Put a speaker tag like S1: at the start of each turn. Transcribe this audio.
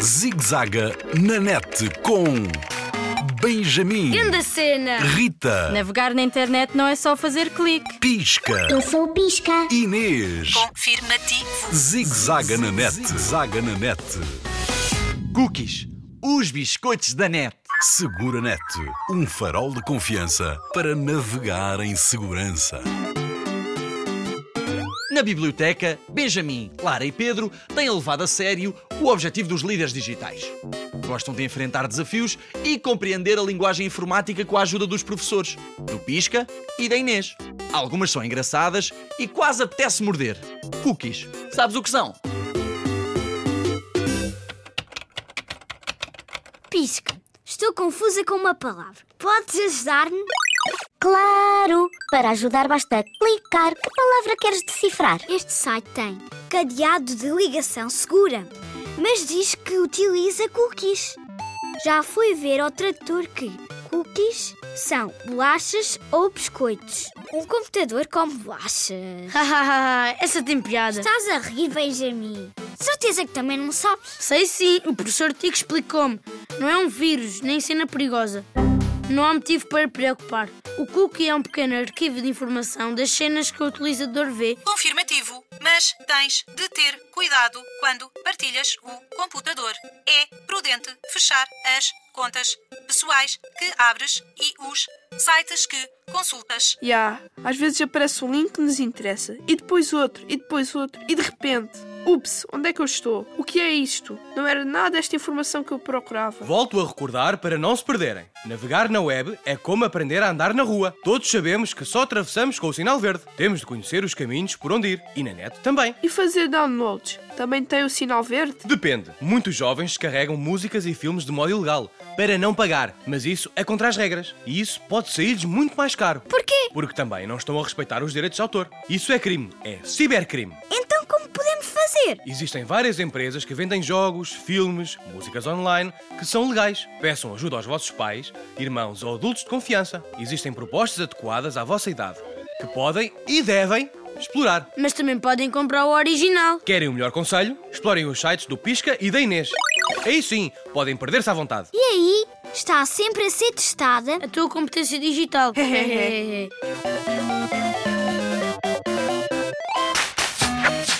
S1: Zigzaga na net com Benjamin,
S2: Grande cena!
S1: Rita,
S3: Navegar na internet não é só fazer clique.
S1: Pisca,
S4: Eu sou o Pisca.
S1: Inês.
S5: Confirmativo.
S1: Zigzaga na net, zaga na net.
S6: Cookies, os biscoitos da net.
S1: Segura net, um farol de confiança para navegar em segurança.
S6: Na biblioteca, Benjamin, Lara e Pedro têm levado a sério o objetivo dos líderes digitais. Gostam de enfrentar desafios e compreender a linguagem informática com a ajuda dos professores, do Pisca e da Inês. Algumas são engraçadas e quase apetece morder. Cookies, sabes o que são?
S4: Pisca, estou confusa com uma palavra. Podes ajudar-me? Claro! Para ajudar basta clicar. Que palavra queres decifrar? Este site tem cadeado de ligação segura, mas diz que utiliza cookies. Já fui ver ao tradutor que cookies são bolachas ou biscoitos. Um computador come bolachas.
S2: Hahaha, essa tem piada.
S4: Estás a rir, Benjamin? Certeza que também não sabes.
S2: Sei sim, o professor Tico explicou-me. Não é um vírus, nem cena perigosa. Não há motivo para preocupar. O cookie é um pequeno arquivo de informação das cenas que o utilizador vê.
S5: Confirmativo. Mas tens de ter cuidado quando partilhas o computador. É prudente fechar as contas pessoais que abres e os sites que consultas.
S7: E há, às vezes aparece um link que nos interessa, e depois outro, e depois outro, e de repente, ups, onde é que eu estou? O que é isto? Não era nada esta informação que eu procurava.
S8: Volto a recordar para não se perderem. Navegar na web é como aprender a andar na rua. Todos sabemos que só atravessamos com o sinal verde. Temos de conhecer os caminhos por onde ir. E na net também.
S7: E fazer downloads? Também tem o sinal verde?
S8: Depende. Muitos jovens descarregam músicas e filmes de modo ilegal para não pagar, mas isso é contra as regras. E isso pode sair-lhes muito mais caro.
S2: Porquê?
S8: Porque também não estão a respeitar os direitos de autor. Isso é crime. É cibercrime.
S4: Então como podemos fazer?
S8: Existem várias empresas que vendem jogos, filmes, músicas online que são legais. Peçam ajuda aos vossos pais, irmãos ou adultos de confiança. Existem propostas adequadas à vossa idade que podem e devem explorar.
S2: Mas também podem comprar o original.
S8: Querem o melhor conselho? Explorem os sites do Pisca e da Inês. Aí sim, podem perder-se à vontade.
S4: E aí, está sempre a ser testada
S2: A tua competência digital.